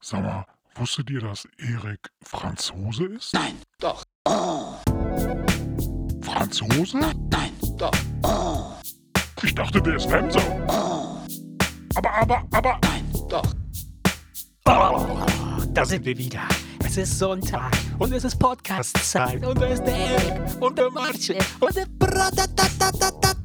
Sag mal, wusstet ihr, dass Erik Franzose ist? Nein, doch. Franzose? Nein, doch. Ich dachte, der ist Femso. Aber, aber, aber, Nein, doch. Oh, da sind wir wieder. Es ist Sonntag und es ist Podcast-Zeit und da ist der Erik und der Marcel und der Bratatata.